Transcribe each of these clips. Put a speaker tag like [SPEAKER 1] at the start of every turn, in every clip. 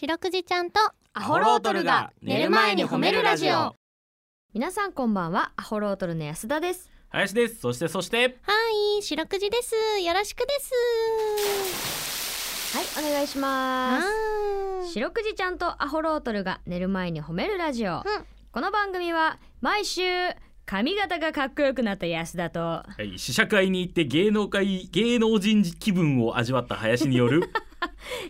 [SPEAKER 1] 白くじちゃんと
[SPEAKER 2] アホロートルが寝る前に褒めるラジオ
[SPEAKER 3] 皆さんこんばんはアホロートルの安田です
[SPEAKER 2] 林ですそしてそして
[SPEAKER 1] はい白くじですよろしくです
[SPEAKER 3] はいお願いしま
[SPEAKER 1] は
[SPEAKER 3] す
[SPEAKER 1] ーい
[SPEAKER 3] 白くじちゃんとアホロートルが寝る前に褒めるラジオ、
[SPEAKER 1] ん
[SPEAKER 3] この番組は毎週髪型がかっこよくなった安田と
[SPEAKER 2] はい試写会に行って芸能界芸能人気分を味わった林による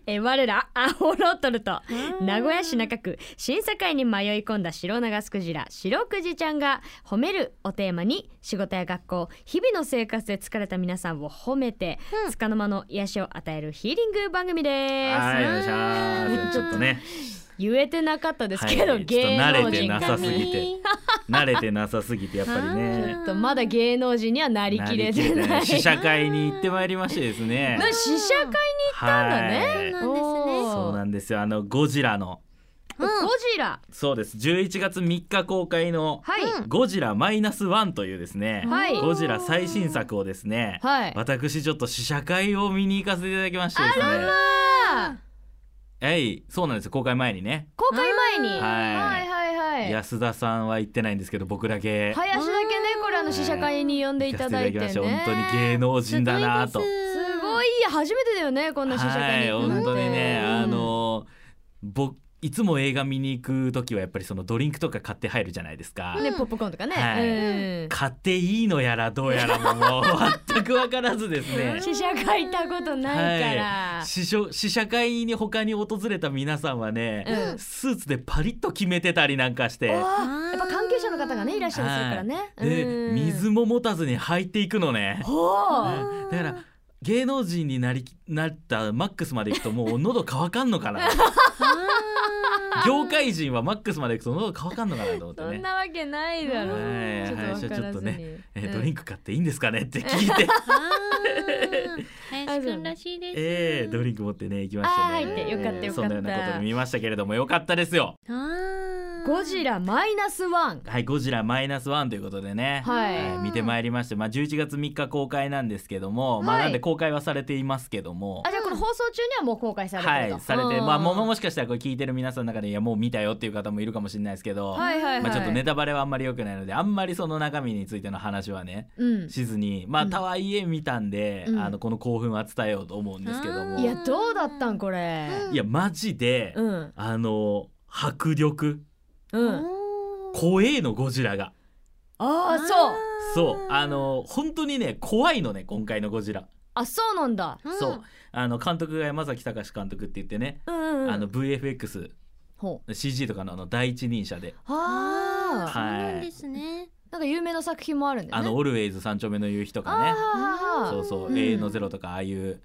[SPEAKER 3] えー我らアホロートルと
[SPEAKER 1] うん
[SPEAKER 3] 名古屋市中区審査会に迷い込んだ白長スクジラ白くじちゃんが「褒める」をテーマに仕事や学校日々の生活で疲れた皆さんを褒めて、
[SPEAKER 1] うん
[SPEAKER 3] 束の間の癒しを与えるヒーリング番組です。
[SPEAKER 2] はい お願いしますちょっとね
[SPEAKER 3] 言えてなかったですけど、
[SPEAKER 2] はい
[SPEAKER 3] 芸
[SPEAKER 2] ちょっと
[SPEAKER 3] 能
[SPEAKER 2] 慣れて
[SPEAKER 3] 人
[SPEAKER 2] なさすぎて慣れてなさすぎてやっぱり
[SPEAKER 3] ち
[SPEAKER 2] ね
[SPEAKER 3] ょっとまだ芸能人にはなりきれてない
[SPEAKER 2] 慣れきれて試写会に行ってまいりましてですね
[SPEAKER 3] な試写会
[SPEAKER 2] は
[SPEAKER 1] そうなんです
[SPEAKER 2] い
[SPEAKER 1] ね
[SPEAKER 3] おー
[SPEAKER 2] そうなんですよあのゴジラの
[SPEAKER 1] う
[SPEAKER 3] ゴ
[SPEAKER 1] ん
[SPEAKER 3] ジラ
[SPEAKER 2] そうです11月3日公開の
[SPEAKER 3] はい、
[SPEAKER 1] うん
[SPEAKER 2] ゴジラマイナスワンというですね、
[SPEAKER 3] はい
[SPEAKER 2] ゴジラ最新作をですね、
[SPEAKER 3] はい
[SPEAKER 2] 私ちょっと試写会を見に行かせていただきましてですね
[SPEAKER 3] あー
[SPEAKER 2] はいそうなんですよ公開前にね、
[SPEAKER 3] 公開前に、
[SPEAKER 1] はい
[SPEAKER 3] はいはいはい
[SPEAKER 2] 安田さんは行ってないんですけど僕だけ
[SPEAKER 3] 林だけねこれあの試写会に呼んでいただいて
[SPEAKER 2] 行か
[SPEAKER 3] ね
[SPEAKER 2] せました本当に芸能人だな
[SPEAKER 1] す
[SPEAKER 2] と
[SPEAKER 1] ごいです
[SPEAKER 3] すごい初めてだよねこんな試写
[SPEAKER 2] は
[SPEAKER 3] 会に
[SPEAKER 2] い
[SPEAKER 3] 行くなん
[SPEAKER 2] 本
[SPEAKER 3] て
[SPEAKER 2] 当にね
[SPEAKER 3] うん
[SPEAKER 2] あの僕いつも映画見に行く時はやっぱりそのドリンクとか買って入るじゃないですか、
[SPEAKER 3] ねポップコーンとかね、
[SPEAKER 2] はい
[SPEAKER 3] うん
[SPEAKER 2] 買っていいのやらどうやらももう全く分からずですね
[SPEAKER 3] 試写会行ったこと ないから、
[SPEAKER 2] はい、試食試写会に他に訪れた皆さんはね、
[SPEAKER 3] うん
[SPEAKER 2] スーツでパリッと決めてたりなんかして
[SPEAKER 3] おーやっぱ関係者の方がねいらっしゃるするからね、
[SPEAKER 2] で
[SPEAKER 3] うん
[SPEAKER 2] 水も持たずに履いていくのね、
[SPEAKER 3] ほう
[SPEAKER 2] うんだから芸能人になりきなったマックスまで行くともう喉乾かんのか な業界人はマックスまで行くと喉乾かんのかなと思って
[SPEAKER 3] そん
[SPEAKER 2] ね。
[SPEAKER 3] なわけないだろ
[SPEAKER 2] は
[SPEAKER 3] う。
[SPEAKER 2] い
[SPEAKER 3] ちょっとわから
[SPEAKER 2] はいちょっと
[SPEAKER 3] ず
[SPEAKER 2] ね
[SPEAKER 3] に。
[SPEAKER 2] えードリン
[SPEAKER 3] ク。
[SPEAKER 2] ク買っていいんですかねって聞いて、
[SPEAKER 1] あー林くんらしいです
[SPEAKER 2] えードリンク持ってね行きましたね
[SPEAKER 3] あー入ってよかったよかった
[SPEAKER 2] そんなようなことで見ましたけれどもよかったですよ
[SPEAKER 1] あー
[SPEAKER 3] ゴジラマイナスワン。
[SPEAKER 2] はいゴジラマイナスワンということでね、
[SPEAKER 3] は
[SPEAKER 2] はい
[SPEAKER 3] い。
[SPEAKER 2] 見てまいりまして、まあ、11月3日公開なんですけども、まあ
[SPEAKER 3] はい
[SPEAKER 2] なんで公開はされていますけども
[SPEAKER 3] あじゃあこの放送中にはもう公開されて
[SPEAKER 2] は
[SPEAKER 3] ると。
[SPEAKER 2] いされて
[SPEAKER 3] うん
[SPEAKER 2] まあももしかしたらこれ聞いてる皆さんの中でいやもう見たよっていう方もいるかもしれないですけど、
[SPEAKER 3] はいはいはい。
[SPEAKER 2] まあ、ちょっとネ。タバレはあんまり良くないのであんまりその中身についての話はね
[SPEAKER 3] うん。
[SPEAKER 2] しずにまあ
[SPEAKER 3] うん
[SPEAKER 2] とはいえ見たんで、
[SPEAKER 3] うん
[SPEAKER 2] あのこの興奮は伝えようと思うんですけども、
[SPEAKER 1] うん
[SPEAKER 3] いやどうだったんこれ。
[SPEAKER 2] いやマジで、
[SPEAKER 3] うん
[SPEAKER 2] あの迫力
[SPEAKER 3] うん。
[SPEAKER 2] 怖えのゴジラが
[SPEAKER 3] ああ
[SPEAKER 1] ー
[SPEAKER 3] そう。
[SPEAKER 2] そうあの本当にね怖いのね今回のゴジラ。
[SPEAKER 3] あそうなんだ。
[SPEAKER 1] ん
[SPEAKER 2] そうあの監督が山崎隆監督って言ってね、
[SPEAKER 3] うんうんうん。
[SPEAKER 2] あの VFXCG
[SPEAKER 3] ほう。
[SPEAKER 2] とかのあの第一人者で、
[SPEAKER 1] そ
[SPEAKER 3] はあ。
[SPEAKER 1] うなんですね
[SPEAKER 3] なんか有名な作品もあるんだ
[SPEAKER 2] あ
[SPEAKER 3] よね。
[SPEAKER 2] の「オルウェイズ三丁目の夕日」と
[SPEAKER 3] あー
[SPEAKER 2] かね
[SPEAKER 3] はあはあ
[SPEAKER 2] そう
[SPEAKER 3] はあ。
[SPEAKER 2] そう「
[SPEAKER 3] うん
[SPEAKER 2] A のゼロ」とかああいう、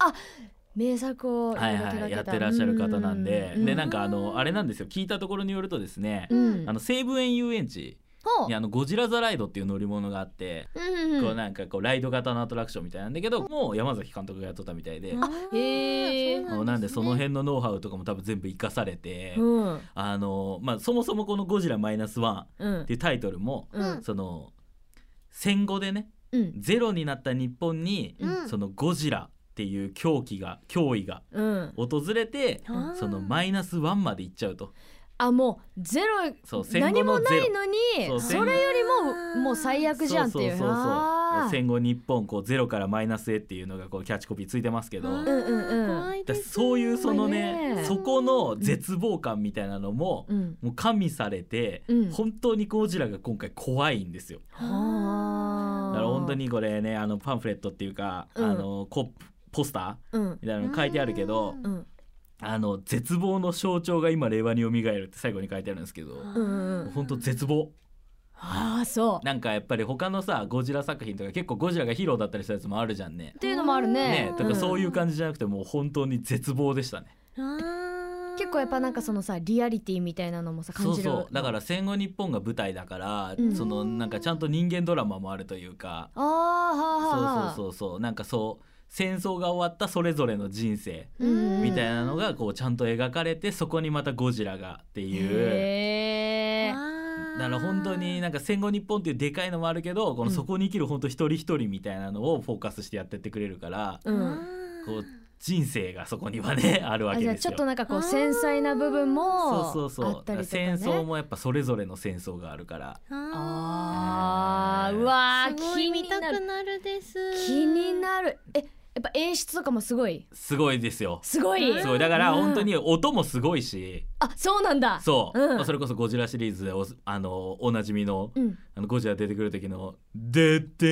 [SPEAKER 3] 名作をいろ
[SPEAKER 2] はいい
[SPEAKER 3] ろ手
[SPEAKER 2] は
[SPEAKER 3] 掛
[SPEAKER 2] い、
[SPEAKER 3] け
[SPEAKER 2] やったてらっしゃる方なんで、
[SPEAKER 3] うん
[SPEAKER 2] でなんかあのあれなんですよ聞いたところによるとですね、
[SPEAKER 3] うん。
[SPEAKER 2] あの西武園遊園地
[SPEAKER 3] ほう
[SPEAKER 2] にあのゴジラ・ザ・ライドっていう乗り物があって、
[SPEAKER 3] うんうん
[SPEAKER 2] こうなんかこうライド型のアトラクションみたいなんだけど、もう山崎監督がやっとったみたいで、
[SPEAKER 1] あ
[SPEAKER 3] へー
[SPEAKER 1] そう
[SPEAKER 2] もうなんでその
[SPEAKER 1] ね
[SPEAKER 2] 辺のノウハウとかも多分全部生かされて、
[SPEAKER 3] うん
[SPEAKER 2] あのまあ、そもそもこの「ゴジラマイナスワン
[SPEAKER 3] うん
[SPEAKER 2] っていうタイトルも、
[SPEAKER 3] うん
[SPEAKER 2] その戦後でね
[SPEAKER 3] うん
[SPEAKER 2] ゼロになった日本に、
[SPEAKER 1] うん
[SPEAKER 2] そのゴジラっていう狂気が脅威が
[SPEAKER 3] うん
[SPEAKER 2] 訪れて
[SPEAKER 1] あー
[SPEAKER 2] そのマイナスワンまで行っちゃうと
[SPEAKER 3] あもうゼロ
[SPEAKER 2] そう戦後
[SPEAKER 3] 何も
[SPEAKER 2] の
[SPEAKER 3] な
[SPEAKER 2] ゼ
[SPEAKER 3] い
[SPEAKER 2] ロ
[SPEAKER 3] のに
[SPEAKER 2] そう
[SPEAKER 3] そ
[SPEAKER 2] 戦後
[SPEAKER 3] れよりももう最悪じゃんってい
[SPEAKER 2] そ
[SPEAKER 3] う
[SPEAKER 2] うそうそうそ
[SPEAKER 3] あ
[SPEAKER 2] う
[SPEAKER 3] ー
[SPEAKER 2] 戦後日本こうゼロからマイナスへっていうのがこうキャッチコピーついてますけど、
[SPEAKER 1] あー
[SPEAKER 3] うんうんうん
[SPEAKER 1] 怖いで
[SPEAKER 2] だから
[SPEAKER 1] す
[SPEAKER 2] そういうその
[SPEAKER 3] 怖い
[SPEAKER 2] ね
[SPEAKER 3] ね
[SPEAKER 2] そこの絶望感みたいなのも、
[SPEAKER 3] うん
[SPEAKER 2] もう加味されて、
[SPEAKER 3] うん
[SPEAKER 2] 本当にゴジラが今回怖いんですよ。だ
[SPEAKER 3] はー
[SPEAKER 2] から本当にこれねあのパンフレットっていうか、
[SPEAKER 3] うん
[SPEAKER 2] あのコポスタ
[SPEAKER 3] う
[SPEAKER 2] ー
[SPEAKER 3] ん
[SPEAKER 2] みたいなの書いてあるけど
[SPEAKER 3] うんうん
[SPEAKER 2] あの絶望の象徴が今令和に蘇るって最後に書いてあるんですけど
[SPEAKER 3] うん
[SPEAKER 2] 本当絶望
[SPEAKER 3] ああそうっ
[SPEAKER 2] なんかやっぱり他のさゴジラ作品とか結構ゴジラがヒーローだったりしたやつもあるじゃんね。
[SPEAKER 3] ていうのもある
[SPEAKER 2] ね
[SPEAKER 3] ね
[SPEAKER 2] とかそういう
[SPEAKER 3] じ
[SPEAKER 2] 感じじゃなくてもう本当に絶望でしたね。
[SPEAKER 3] 結構やっぱなんかそのさリアリティみたいなのもさ感
[SPEAKER 2] そう
[SPEAKER 3] じる
[SPEAKER 2] そうだから戦後日本が舞台だから、
[SPEAKER 3] うん
[SPEAKER 2] そのなんかちゃんと人間ドラマもあるというか
[SPEAKER 3] あーはあはあ
[SPEAKER 2] そうそうそうそうなんかそう戦争が終わったそれぞれの人生
[SPEAKER 3] うんうん
[SPEAKER 2] みたいなのがこうちゃんと描かれてそこにまたゴジラがっていう。
[SPEAKER 3] へー
[SPEAKER 2] だから本当になんか戦後日本っていうでかいのもあるけどこの
[SPEAKER 3] うん
[SPEAKER 2] そこに生きる本当一人一人みたいなのをフォーカスしてやってってくれるから、
[SPEAKER 3] うん
[SPEAKER 2] こう人生がそこには ねあるわ
[SPEAKER 3] あ
[SPEAKER 2] け
[SPEAKER 3] じゃあ
[SPEAKER 2] です
[SPEAKER 3] ちょ
[SPEAKER 2] よ
[SPEAKER 3] っと。なんかこう繊細な部分もあ
[SPEAKER 2] そうそうそう、
[SPEAKER 3] ったりとか
[SPEAKER 2] 戦
[SPEAKER 3] ね。
[SPEAKER 2] 争もやっぱそれぞれの戦争があるから
[SPEAKER 1] あ
[SPEAKER 3] あーうわ
[SPEAKER 1] ー
[SPEAKER 3] ー
[SPEAKER 1] すごい
[SPEAKER 3] 気
[SPEAKER 1] 見
[SPEAKER 3] に
[SPEAKER 1] た
[SPEAKER 3] な
[SPEAKER 1] く
[SPEAKER 3] る
[SPEAKER 1] なるです
[SPEAKER 3] 気になるえやっぱ演出とかもすごい
[SPEAKER 2] すごいですよ
[SPEAKER 3] すごい
[SPEAKER 2] すごいだから
[SPEAKER 3] うん
[SPEAKER 2] 本当に音もすごいし、
[SPEAKER 3] あそうなんだ
[SPEAKER 2] そう、
[SPEAKER 3] うん
[SPEAKER 2] それこそゴジラシリーズでおあのおなじみの
[SPEAKER 3] うん
[SPEAKER 2] あのゴジラ出てくる時の「でって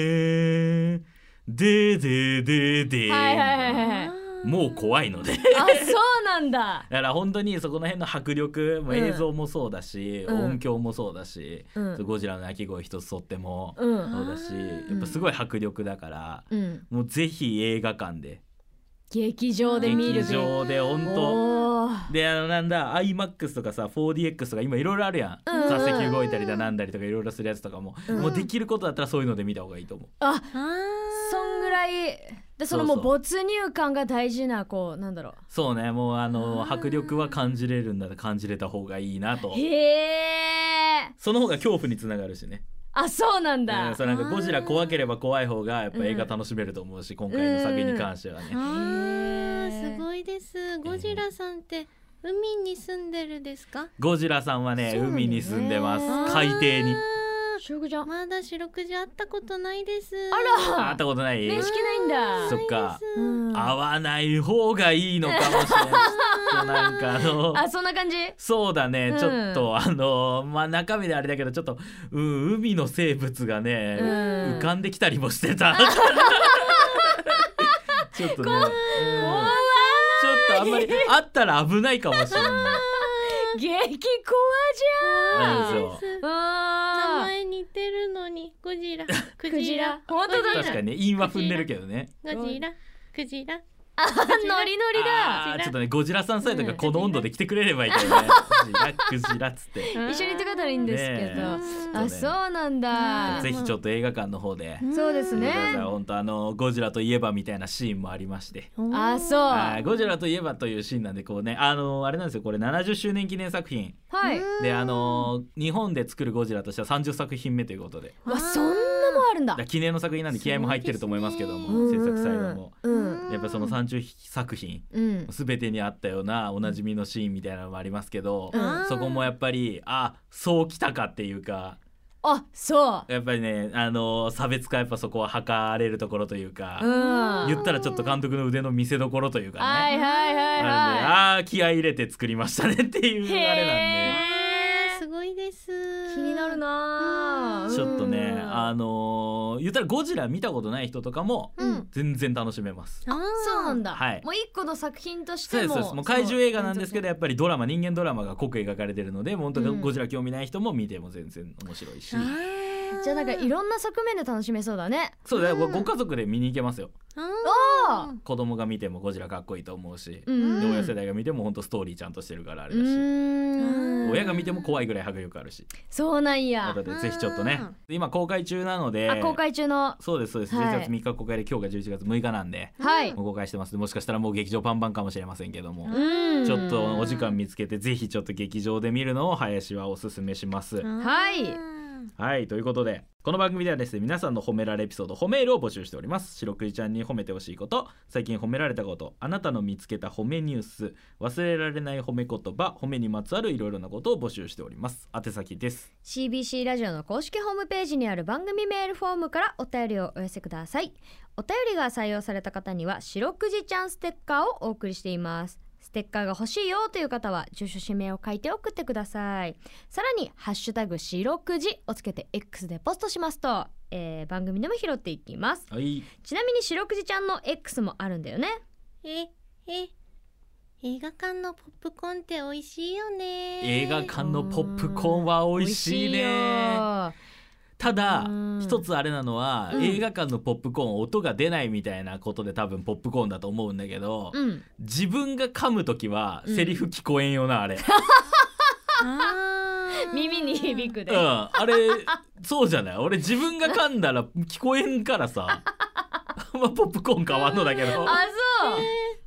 [SPEAKER 2] ーでででで」
[SPEAKER 3] はいはいはいはい
[SPEAKER 1] あー
[SPEAKER 2] もう怖いのでだ
[SPEAKER 3] あそうなんだ
[SPEAKER 2] から本当にそこの辺の迫力もう映像もそうだし、
[SPEAKER 3] うん
[SPEAKER 2] 音響もそうだし、
[SPEAKER 3] うん
[SPEAKER 2] そうゴジラの鳴き声一つとっても
[SPEAKER 3] う
[SPEAKER 1] あ
[SPEAKER 3] ん
[SPEAKER 2] そうだし、
[SPEAKER 1] ー
[SPEAKER 2] やっぱすごい迫力だから、
[SPEAKER 3] うん
[SPEAKER 2] もうぜひ映画館で
[SPEAKER 3] 劇場で見るべ
[SPEAKER 2] 劇
[SPEAKER 3] き
[SPEAKER 2] 場で本当。
[SPEAKER 3] おー
[SPEAKER 2] であのなんだ iMAX とかさ 4DX とか今いろいろあるやん、
[SPEAKER 3] うんうん
[SPEAKER 2] 座席動いたりだなんだりとかいろいろするやつとかも、
[SPEAKER 3] うん
[SPEAKER 2] もうできることだったらそういうので見た方がいいと思う
[SPEAKER 3] あ
[SPEAKER 1] あー
[SPEAKER 3] そんぐらいでその
[SPEAKER 2] そ
[SPEAKER 3] も
[SPEAKER 2] ううそう
[SPEAKER 3] 没入感が大事なこうなんだろ
[SPEAKER 2] そうねもうあの
[SPEAKER 1] あー
[SPEAKER 2] 迫力は感じれるんだら感じれた方がいいなと
[SPEAKER 3] うへえ
[SPEAKER 2] その方が恐怖につながるしね、
[SPEAKER 3] あそうなん
[SPEAKER 2] う
[SPEAKER 3] だ
[SPEAKER 2] ん、そうなんかゴジラ怖ければ怖い方がやっぱ映画
[SPEAKER 3] うん
[SPEAKER 2] 楽しめると思うし、今回の作品に関してはね、
[SPEAKER 1] あ
[SPEAKER 3] へー
[SPEAKER 1] ーすごいですゴジラさんって海に住んでるですか
[SPEAKER 2] ゴジラさんはね
[SPEAKER 3] そうなんだよね
[SPEAKER 2] 海に住んでます海底に
[SPEAKER 1] あ
[SPEAKER 3] しゅうこちゃ
[SPEAKER 1] ー
[SPEAKER 3] ん
[SPEAKER 1] まだ四六時会ったことないです
[SPEAKER 3] あら
[SPEAKER 2] 会ったことない、
[SPEAKER 3] 面識ないんだ
[SPEAKER 2] そっか
[SPEAKER 3] うん
[SPEAKER 2] 会わない方がいいのかもしれないちょっとなんかあの
[SPEAKER 3] あそんな感じ
[SPEAKER 2] そうだね、
[SPEAKER 3] うん
[SPEAKER 2] ちょっとあのまあ中身であれだけどちょっと、うん、海の生物がね、
[SPEAKER 3] うん
[SPEAKER 2] 浮かんできたりもして た。ちょっとね、うん
[SPEAKER 3] 怖い
[SPEAKER 2] ちょっとあんまりあったら危ないかもしれ
[SPEAKER 3] 激怖じ
[SPEAKER 2] ない
[SPEAKER 3] ゃ
[SPEAKER 2] そ
[SPEAKER 3] ん
[SPEAKER 2] う
[SPEAKER 1] です名
[SPEAKER 3] あ
[SPEAKER 1] 前似てるのにゴジラク
[SPEAKER 3] クジ
[SPEAKER 1] ジ
[SPEAKER 3] ラ
[SPEAKER 1] ラ
[SPEAKER 3] 本当だね
[SPEAKER 2] 確かにね韻は踏んでるけどね。
[SPEAKER 1] ゴジラクジラ
[SPEAKER 3] ーノリノリ
[SPEAKER 1] ゴ
[SPEAKER 2] あ
[SPEAKER 3] だ
[SPEAKER 1] ジ
[SPEAKER 2] ー
[SPEAKER 1] ラ
[SPEAKER 2] ちょっとねゴジラさんさえとか
[SPEAKER 3] うん
[SPEAKER 2] この温度で来てくれればいいけ どね。ゴジラクジラっつって。
[SPEAKER 1] 一
[SPEAKER 3] 一緒に行って方がいいんですけど、
[SPEAKER 2] ね
[SPEAKER 1] え
[SPEAKER 3] あそうなんだ
[SPEAKER 1] ん
[SPEAKER 2] ぜひちょっと映画館の方で。
[SPEAKER 3] そうですね
[SPEAKER 2] 見てください本当あのゴジラといえばみたいなシーンもありまして。
[SPEAKER 3] あそう
[SPEAKER 2] あーゴジラといえばというシーンなんでこうねあのーあれなんですよこれ70周年記念作品
[SPEAKER 3] はい
[SPEAKER 2] であのー日本で作るゴジラとしては30作品目ということで
[SPEAKER 3] わそんなもあるんだ
[SPEAKER 2] だから記念の作品なんで気合も入ってると思いますけど
[SPEAKER 3] うん
[SPEAKER 2] も、
[SPEAKER 3] うん
[SPEAKER 2] 制
[SPEAKER 3] うん
[SPEAKER 2] 作サイドも
[SPEAKER 3] うん
[SPEAKER 2] やっぱその30作品
[SPEAKER 3] うん
[SPEAKER 2] 全てにあったようなおなじみのシーンみたいなのもありますけど、
[SPEAKER 3] うん
[SPEAKER 2] そこもやっぱりあそうきたかっていうか
[SPEAKER 3] あそ
[SPEAKER 2] やっぱりねあのー差別化やっぱそこは図れるところというか
[SPEAKER 3] う、うん
[SPEAKER 2] 言ったらちょっと監督の腕の見せ所というかね。
[SPEAKER 3] はいはいはい
[SPEAKER 2] あるんで、
[SPEAKER 3] は
[SPEAKER 2] あー気合い入れて作りましたねっていう流
[SPEAKER 3] へー
[SPEAKER 2] れ
[SPEAKER 1] あーすごいです
[SPEAKER 3] い。気になるな
[SPEAKER 2] な
[SPEAKER 3] あ。
[SPEAKER 2] んでちょっとね
[SPEAKER 3] うん
[SPEAKER 2] あのー言ったらゴジラ見たことない人とかも
[SPEAKER 1] うん
[SPEAKER 2] 全然楽しめます。
[SPEAKER 1] あ
[SPEAKER 3] そうなん
[SPEAKER 1] だ
[SPEAKER 3] だ。
[SPEAKER 2] はい
[SPEAKER 3] もう一個の作品とし
[SPEAKER 2] そう
[SPEAKER 3] て
[SPEAKER 2] です
[SPEAKER 3] も。
[SPEAKER 2] そうですもう怪獣映画なんですけど
[SPEAKER 3] そう。
[SPEAKER 2] やっぱりドラマ人間ドラマが濃く描かれてるので本当
[SPEAKER 3] うん
[SPEAKER 2] にゴジラ興味ない人も見ても全然面白いし、
[SPEAKER 3] じゃあなんかいろんな側面で楽しめそうだね。
[SPEAKER 2] そうだよ
[SPEAKER 1] うん
[SPEAKER 2] ご家族で見に行けますよ
[SPEAKER 3] あ
[SPEAKER 2] 子供が見てもゴジラかっこいいと思うし、
[SPEAKER 3] う
[SPEAKER 2] で
[SPEAKER 3] ん。
[SPEAKER 2] 親世代が見ても本当ストーリーちゃんとしてるからあれ
[SPEAKER 3] う
[SPEAKER 2] だし、
[SPEAKER 3] ん。
[SPEAKER 2] 親が見ても怖いぐらい迫力あるし
[SPEAKER 3] そうなん
[SPEAKER 2] な
[SPEAKER 3] や。
[SPEAKER 2] のでぜひちょっとね今公開中なので
[SPEAKER 3] あ公開中の。
[SPEAKER 2] そうですそうです、
[SPEAKER 3] はい
[SPEAKER 2] 11月3日公開で今日が11月6日なんで
[SPEAKER 3] はい
[SPEAKER 2] も。う公開してますもしかしたらもう劇場パンパンかもしれませんけども、
[SPEAKER 3] うん。
[SPEAKER 2] ちょっとお時間見つけてぜひちょっと劇場で見るのを林はおすすめします、
[SPEAKER 3] はい
[SPEAKER 2] はいということでこの番組ではですね皆さんの褒められエピソード褒めールを募集しております白くじちゃんに褒めてほしいこと最近褒められたことあなたの見つけた褒めニュース忘れられない褒め言葉褒めにまつわるいろいろなことを募集しております宛先です
[SPEAKER 3] CBC ラジオの公式ホームページにある番組メールフォームからお便りをお寄せくださいお便りが採用された方には「白くじちゃんステッカー」をお送りしていますステッカーが欲しいよという方は住所氏名を書いて送ってくださいさらに「ハッシュタグ白くじ」をつけて X でポストしますと、えー番組でも拾っていきます
[SPEAKER 2] はい
[SPEAKER 3] ちなみに白くじちゃんの X もあるんだよね
[SPEAKER 1] ええ映画館のポップコーンって美味しいよね
[SPEAKER 2] 映画館のポップコーンは美味しいね
[SPEAKER 3] 美味しいよ
[SPEAKER 2] ただ
[SPEAKER 3] うん
[SPEAKER 2] 一つあれなのは、
[SPEAKER 3] うん
[SPEAKER 2] 映画館のポップコーン音が出ないみたいなことで多分ポップコーンだと思うんだけど、
[SPEAKER 3] うん
[SPEAKER 2] 自分が噛む時は
[SPEAKER 3] うん
[SPEAKER 2] セリフ聞こえんよなあ れ、
[SPEAKER 1] あー
[SPEAKER 3] 耳に響く
[SPEAKER 2] うん、
[SPEAKER 3] で、
[SPEAKER 2] あれそうじゃない俺自分が噛んだら聞こえんからさまあポップコーン変わんのだけど
[SPEAKER 3] あそう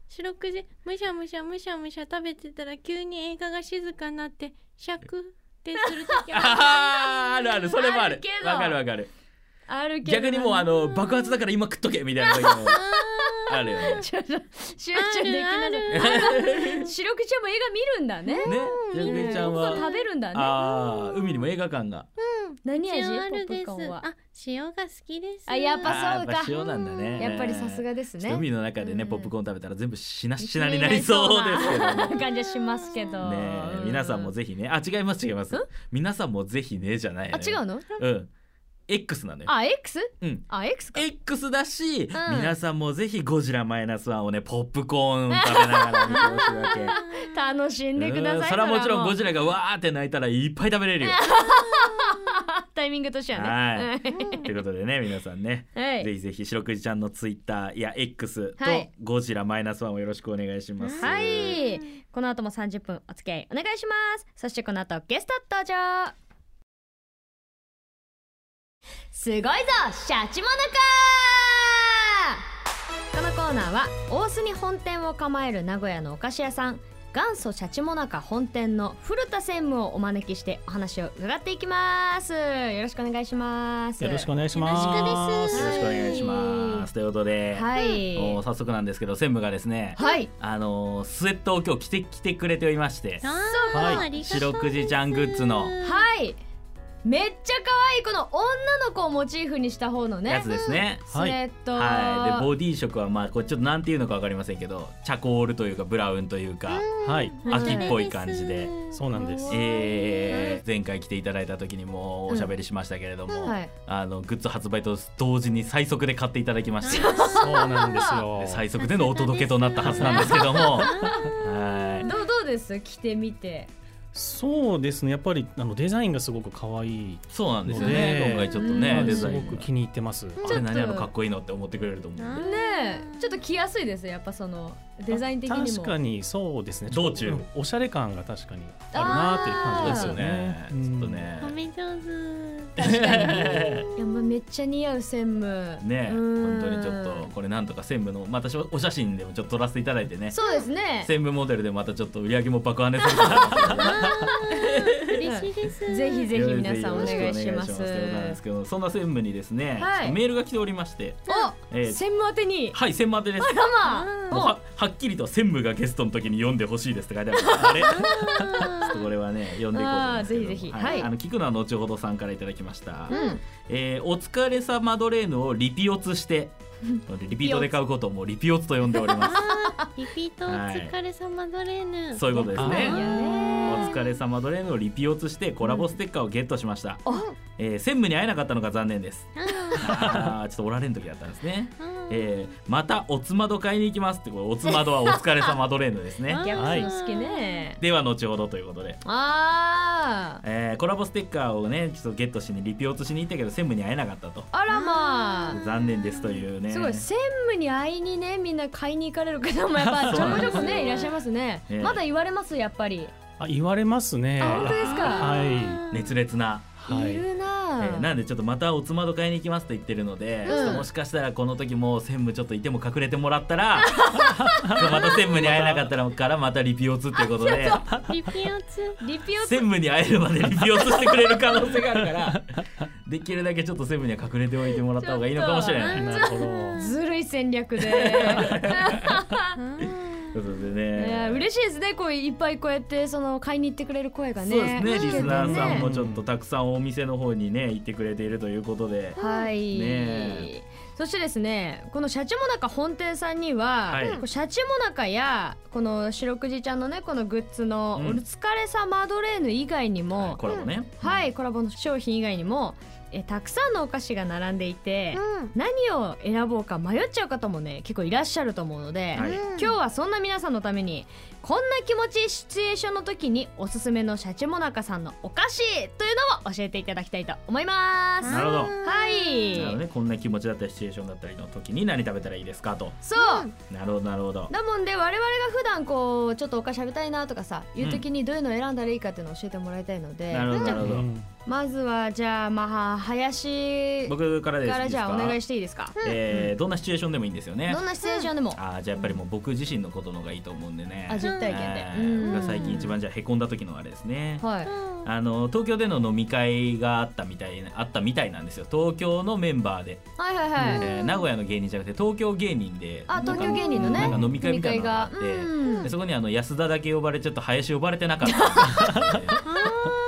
[SPEAKER 1] 四六時むしゃむしゃむしゃむしゃ食べてたら急に映画が静かになってシャクってするとき
[SPEAKER 2] あーあるあるそれもある
[SPEAKER 3] あるけど
[SPEAKER 2] わかるわかる
[SPEAKER 3] あるけどな
[SPEAKER 2] 逆にもうあの爆発だから今食っとけみたいなのもあるよね。
[SPEAKER 3] ちょっと集中できな
[SPEAKER 1] ある
[SPEAKER 3] いシロクちゃんも映画見るんだね
[SPEAKER 2] ね、ジャグリちゃん
[SPEAKER 3] ポップコーン
[SPEAKER 2] は
[SPEAKER 3] 食べるんだね
[SPEAKER 2] あー海にも映画館が
[SPEAKER 3] 何味
[SPEAKER 1] 塩
[SPEAKER 3] ポ
[SPEAKER 1] あるで
[SPEAKER 3] ップ
[SPEAKER 1] す
[SPEAKER 3] コーンは
[SPEAKER 1] あ塩が好きです
[SPEAKER 3] あやっぱ
[SPEAKER 2] あー
[SPEAKER 3] そうか
[SPEAKER 2] やっぱ塩なんだね
[SPEAKER 3] やっぱりさすがです
[SPEAKER 2] ちょっと
[SPEAKER 3] ね
[SPEAKER 2] 海の中でね
[SPEAKER 3] うん
[SPEAKER 2] ポップコーン食べたら全部しなしなになりそうですけどね。
[SPEAKER 3] 感じはしますけど
[SPEAKER 2] ねえ皆さんもぜひねあ違います違います
[SPEAKER 3] ん
[SPEAKER 2] 皆さんもぜひねじゃないの
[SPEAKER 3] あ
[SPEAKER 2] よ
[SPEAKER 3] 違うの
[SPEAKER 2] うん、X なのよ。
[SPEAKER 3] あ X?
[SPEAKER 2] うん
[SPEAKER 3] あ X か
[SPEAKER 2] X だし、
[SPEAKER 3] ん
[SPEAKER 2] 皆さんもぜひゴジラマイナスワンをねポップコーン食べながら見てほしいわ け。
[SPEAKER 3] 楽しんでくだ
[SPEAKER 2] う
[SPEAKER 3] さ
[SPEAKER 2] ん
[SPEAKER 3] い
[SPEAKER 2] それはもちろんゴ
[SPEAKER 3] ご
[SPEAKER 2] ジラがわーって泣いたらいっぱい食べれるよ。
[SPEAKER 3] タイミングとしてはね
[SPEAKER 2] はい
[SPEAKER 3] うん
[SPEAKER 2] ということでね皆さんね、
[SPEAKER 3] はい
[SPEAKER 2] ぜひぜひ白くじちゃんのツイッターや X と
[SPEAKER 3] はい
[SPEAKER 2] ゴジラマイナスワンをよろしくお願いします。
[SPEAKER 3] はいこの後も30分お付き合いお願いしますそしてこの後ゲスト登場すごいぞシャチモナカこのコーナーは大須に本店を構える名古屋のお菓子屋さん元祖シャチモナカ本店の古田専務をお招きしてお話を伺っていきますよろしくお願いします
[SPEAKER 4] よろしくお願いし
[SPEAKER 1] よろ
[SPEAKER 4] ま
[SPEAKER 1] く
[SPEAKER 4] す。
[SPEAKER 1] です
[SPEAKER 2] よろしくお願いします。ということで、
[SPEAKER 3] はい
[SPEAKER 2] もう早速なんですけど専務がですね、
[SPEAKER 3] はい
[SPEAKER 2] あのースウェットを今日着てきてくれておりまして
[SPEAKER 1] あー
[SPEAKER 4] はい
[SPEAKER 1] ありがとう
[SPEAKER 2] 白くじちゃんグッズの
[SPEAKER 3] はいめっちゃ可愛いこの女の子をモチーフにした方のね
[SPEAKER 2] やつですね。
[SPEAKER 3] スウェット、
[SPEAKER 2] はい、でボディ色はまあこれちょっとなんていうのかわかりませんけどチャコールというかブラウンというか、
[SPEAKER 4] はい、
[SPEAKER 1] うん
[SPEAKER 2] 秋っぽい感じで
[SPEAKER 4] そうなんです。
[SPEAKER 2] えー前回来ていただいた時にもおしゃべりしましたけれども、
[SPEAKER 3] はい、
[SPEAKER 2] あのグッズ発売と同時に最速で買っていただきまして
[SPEAKER 4] そうなんですよ
[SPEAKER 2] で。最速でのお届けとなったはずなんですけどもはい
[SPEAKER 3] どうどうです着てみて
[SPEAKER 4] そうですね。やっぱりあのデザインがすごく可愛い
[SPEAKER 2] そうなんですよ
[SPEAKER 4] ね
[SPEAKER 2] ね今回ちょっとね
[SPEAKER 4] の
[SPEAKER 2] デ
[SPEAKER 4] で、
[SPEAKER 2] ザイ
[SPEAKER 4] すご
[SPEAKER 2] ン
[SPEAKER 4] く
[SPEAKER 2] が
[SPEAKER 4] 気に入ってます。
[SPEAKER 2] あれ何あのかっこいいのって思ってくれると思うんで
[SPEAKER 3] ねえちょっと着やすいですやっぱそのデザイン的にも
[SPEAKER 4] 確かにそうですね。
[SPEAKER 2] 道中
[SPEAKER 4] ちょっとうんおしゃれ感が確かにあるなっていう感じです
[SPEAKER 2] そ
[SPEAKER 4] よ
[SPEAKER 2] うで
[SPEAKER 4] ね。
[SPEAKER 2] すよねちょっと
[SPEAKER 1] お
[SPEAKER 2] ね
[SPEAKER 1] め上手
[SPEAKER 3] 確かにいやもうめっちゃ似合う専務
[SPEAKER 2] ね
[SPEAKER 3] うん
[SPEAKER 2] 本当にちょっとこれなんとか専務のまたお写真でもちょっと撮らせていただいてね
[SPEAKER 3] そうですね
[SPEAKER 2] 専務モデルでまたちょっと売り上げも爆跳ねするから
[SPEAKER 1] 嬉しいです
[SPEAKER 3] ぜひぜひ皆さんお願いし
[SPEAKER 2] よろ
[SPEAKER 3] ま
[SPEAKER 2] くお願い
[SPEAKER 3] す
[SPEAKER 2] しということなんですけどそんな専務にですね、
[SPEAKER 3] は
[SPEAKER 2] ちょ
[SPEAKER 3] い
[SPEAKER 2] っとメールが来ておりまして、
[SPEAKER 3] お、
[SPEAKER 2] えー
[SPEAKER 3] 専務宛てに
[SPEAKER 2] はい専務宛てです
[SPEAKER 3] ママ
[SPEAKER 1] あ
[SPEAKER 2] もうははっきりと専務がゲストの時に読んでほしいですって書いてあるからあれちょっとこれは ね読んでいこうと思うんですけど
[SPEAKER 3] あーぜひぜひ
[SPEAKER 2] はい
[SPEAKER 3] はい
[SPEAKER 2] あの聞くのは後ほどさんからいただきました、
[SPEAKER 3] うん
[SPEAKER 2] えーお疲れさマドレーヌをリピオツ してリピートで買うことをもうリピオツと呼んでおりま
[SPEAKER 1] リピートお疲れ様ドレーヌ
[SPEAKER 2] すそういうことです
[SPEAKER 3] いい
[SPEAKER 2] ね
[SPEAKER 3] よ
[SPEAKER 2] お
[SPEAKER 3] ね
[SPEAKER 2] 疲れさマドレーヌをリピオツしてコラボステッカーをゲットしました、
[SPEAKER 3] お
[SPEAKER 2] えー専務に会えなかったのが残念です
[SPEAKER 1] あー
[SPEAKER 2] あーちょっとおられん時だったんですね
[SPEAKER 1] あー
[SPEAKER 2] えーまたおつまど買いに行きますってこれおつまどはお疲れ様ドレーヌですね
[SPEAKER 1] あー
[SPEAKER 3] ギャ
[SPEAKER 4] はい
[SPEAKER 3] ップ好きね
[SPEAKER 2] では後ほどということで、
[SPEAKER 3] あー
[SPEAKER 2] えーコラボステッカーをねちょっとゲットしにリピオートしに行ったけど専務に会えなかったと
[SPEAKER 3] あらまあ
[SPEAKER 2] 残念ですというね
[SPEAKER 3] すごい専務に会いにねみんな買いに行かれる方もやっぱ
[SPEAKER 2] そう
[SPEAKER 3] ちょ
[SPEAKER 2] なん
[SPEAKER 3] こ
[SPEAKER 2] ですよ
[SPEAKER 3] ちょこねいらっしゃいますね、
[SPEAKER 2] ええ
[SPEAKER 3] まだ言われますやっぱり
[SPEAKER 4] あ、言われますね。
[SPEAKER 3] あ本当ですか
[SPEAKER 4] は
[SPEAKER 2] 熱烈な、
[SPEAKER 4] はいい。
[SPEAKER 3] るな
[SPEAKER 2] え
[SPEAKER 3] あ、
[SPEAKER 2] ーなんでちょっとまたおつまど買いに行きますと言ってるので、
[SPEAKER 3] ん
[SPEAKER 2] ちょっともしかしたらこの時もう専務ちょっといても隠れてもらった らまた専務に会えなかったのからまたリピオートっていうことで
[SPEAKER 1] リピオツ
[SPEAKER 3] リピオ
[SPEAKER 2] 専務に会えるまでリピオートしてくれる可能性があるから できるだけちょっと専務には隠れておいてもらった方がいいのかもしれない。
[SPEAKER 4] なるほど。
[SPEAKER 3] ずるい戦略 で
[SPEAKER 1] あー
[SPEAKER 2] ということで
[SPEAKER 3] ね
[SPEAKER 2] ね。
[SPEAKER 3] え嬉
[SPEAKER 2] し
[SPEAKER 3] しいですねこういっぱいこうやってその買いに行ってくれる声がね
[SPEAKER 2] そうですね。リスナーさんも
[SPEAKER 4] ね
[SPEAKER 2] ちょっとたくさんお店の方にね行ってくれているということで。
[SPEAKER 3] はい、
[SPEAKER 2] ね
[SPEAKER 3] そしてですねこのシャチモナカ本店さんには、
[SPEAKER 2] はい
[SPEAKER 3] こうシャチモナカやこの白くじちゃんのねこのグッズの「
[SPEAKER 2] うん
[SPEAKER 3] お疲れさマドレーヌ」以外にも、
[SPEAKER 2] コラボね。
[SPEAKER 3] はい、コラボの商品以外にもえたくさんのお菓子が並んでいて、何を選ぼうか迷っちゃう方もね結構いらっしゃると思うので、
[SPEAKER 2] はい
[SPEAKER 3] 今日はそんな皆さんのためにこんな気持ちいいシチュエーションの時におすすめのシャチモナカさんのお菓子というのを教えていただきたいと思います。
[SPEAKER 2] なるほど
[SPEAKER 3] はい、
[SPEAKER 2] なるほどね、こんな気持ちだったりシチュエーションだったりの時に何食べたらいいですかと。
[SPEAKER 3] そう、
[SPEAKER 2] なるほどなるほど。
[SPEAKER 3] だもんで我々が普段こうちょっとお菓子食べたいなとかさいう時にどういうのを選んだらいいかっていうのを教えてもらいたいので、
[SPEAKER 2] なるほど
[SPEAKER 3] じ
[SPEAKER 2] な
[SPEAKER 3] ゃ
[SPEAKER 2] る
[SPEAKER 3] あ
[SPEAKER 2] ほ
[SPEAKER 4] う
[SPEAKER 2] ど。
[SPEAKER 4] ん
[SPEAKER 3] まずはじゃあまあ林
[SPEAKER 2] 僕からです
[SPEAKER 3] からじゃあお願い
[SPEAKER 2] し
[SPEAKER 3] していいですか。
[SPEAKER 2] えーどんなシチュエーションでもいいんですよね
[SPEAKER 3] どんなシチュエーションでも。
[SPEAKER 2] あーじゃあやっぱりもう僕自身のことの方がいいと思うんでね
[SPEAKER 3] あ実体
[SPEAKER 2] は
[SPEAKER 3] 験
[SPEAKER 2] い
[SPEAKER 3] で。うん
[SPEAKER 2] 僕が最近一番じゃあへこんだ時のあれですね、
[SPEAKER 3] はい。
[SPEAKER 1] うん
[SPEAKER 2] あの東京での飲み会があったみたいなあったみたいなんですよ東京のメンバーで、
[SPEAKER 3] はいはいはい。
[SPEAKER 2] えー名古屋の芸人じゃなくて東京芸人で
[SPEAKER 3] あ東京芸人の
[SPEAKER 2] な
[SPEAKER 3] ね
[SPEAKER 2] んか飲み会みたいなのがあって、
[SPEAKER 3] うん
[SPEAKER 2] でそこにあの安田だけ呼ばれちゃっと林呼ばれてなか ったんですよ
[SPEAKER 1] あー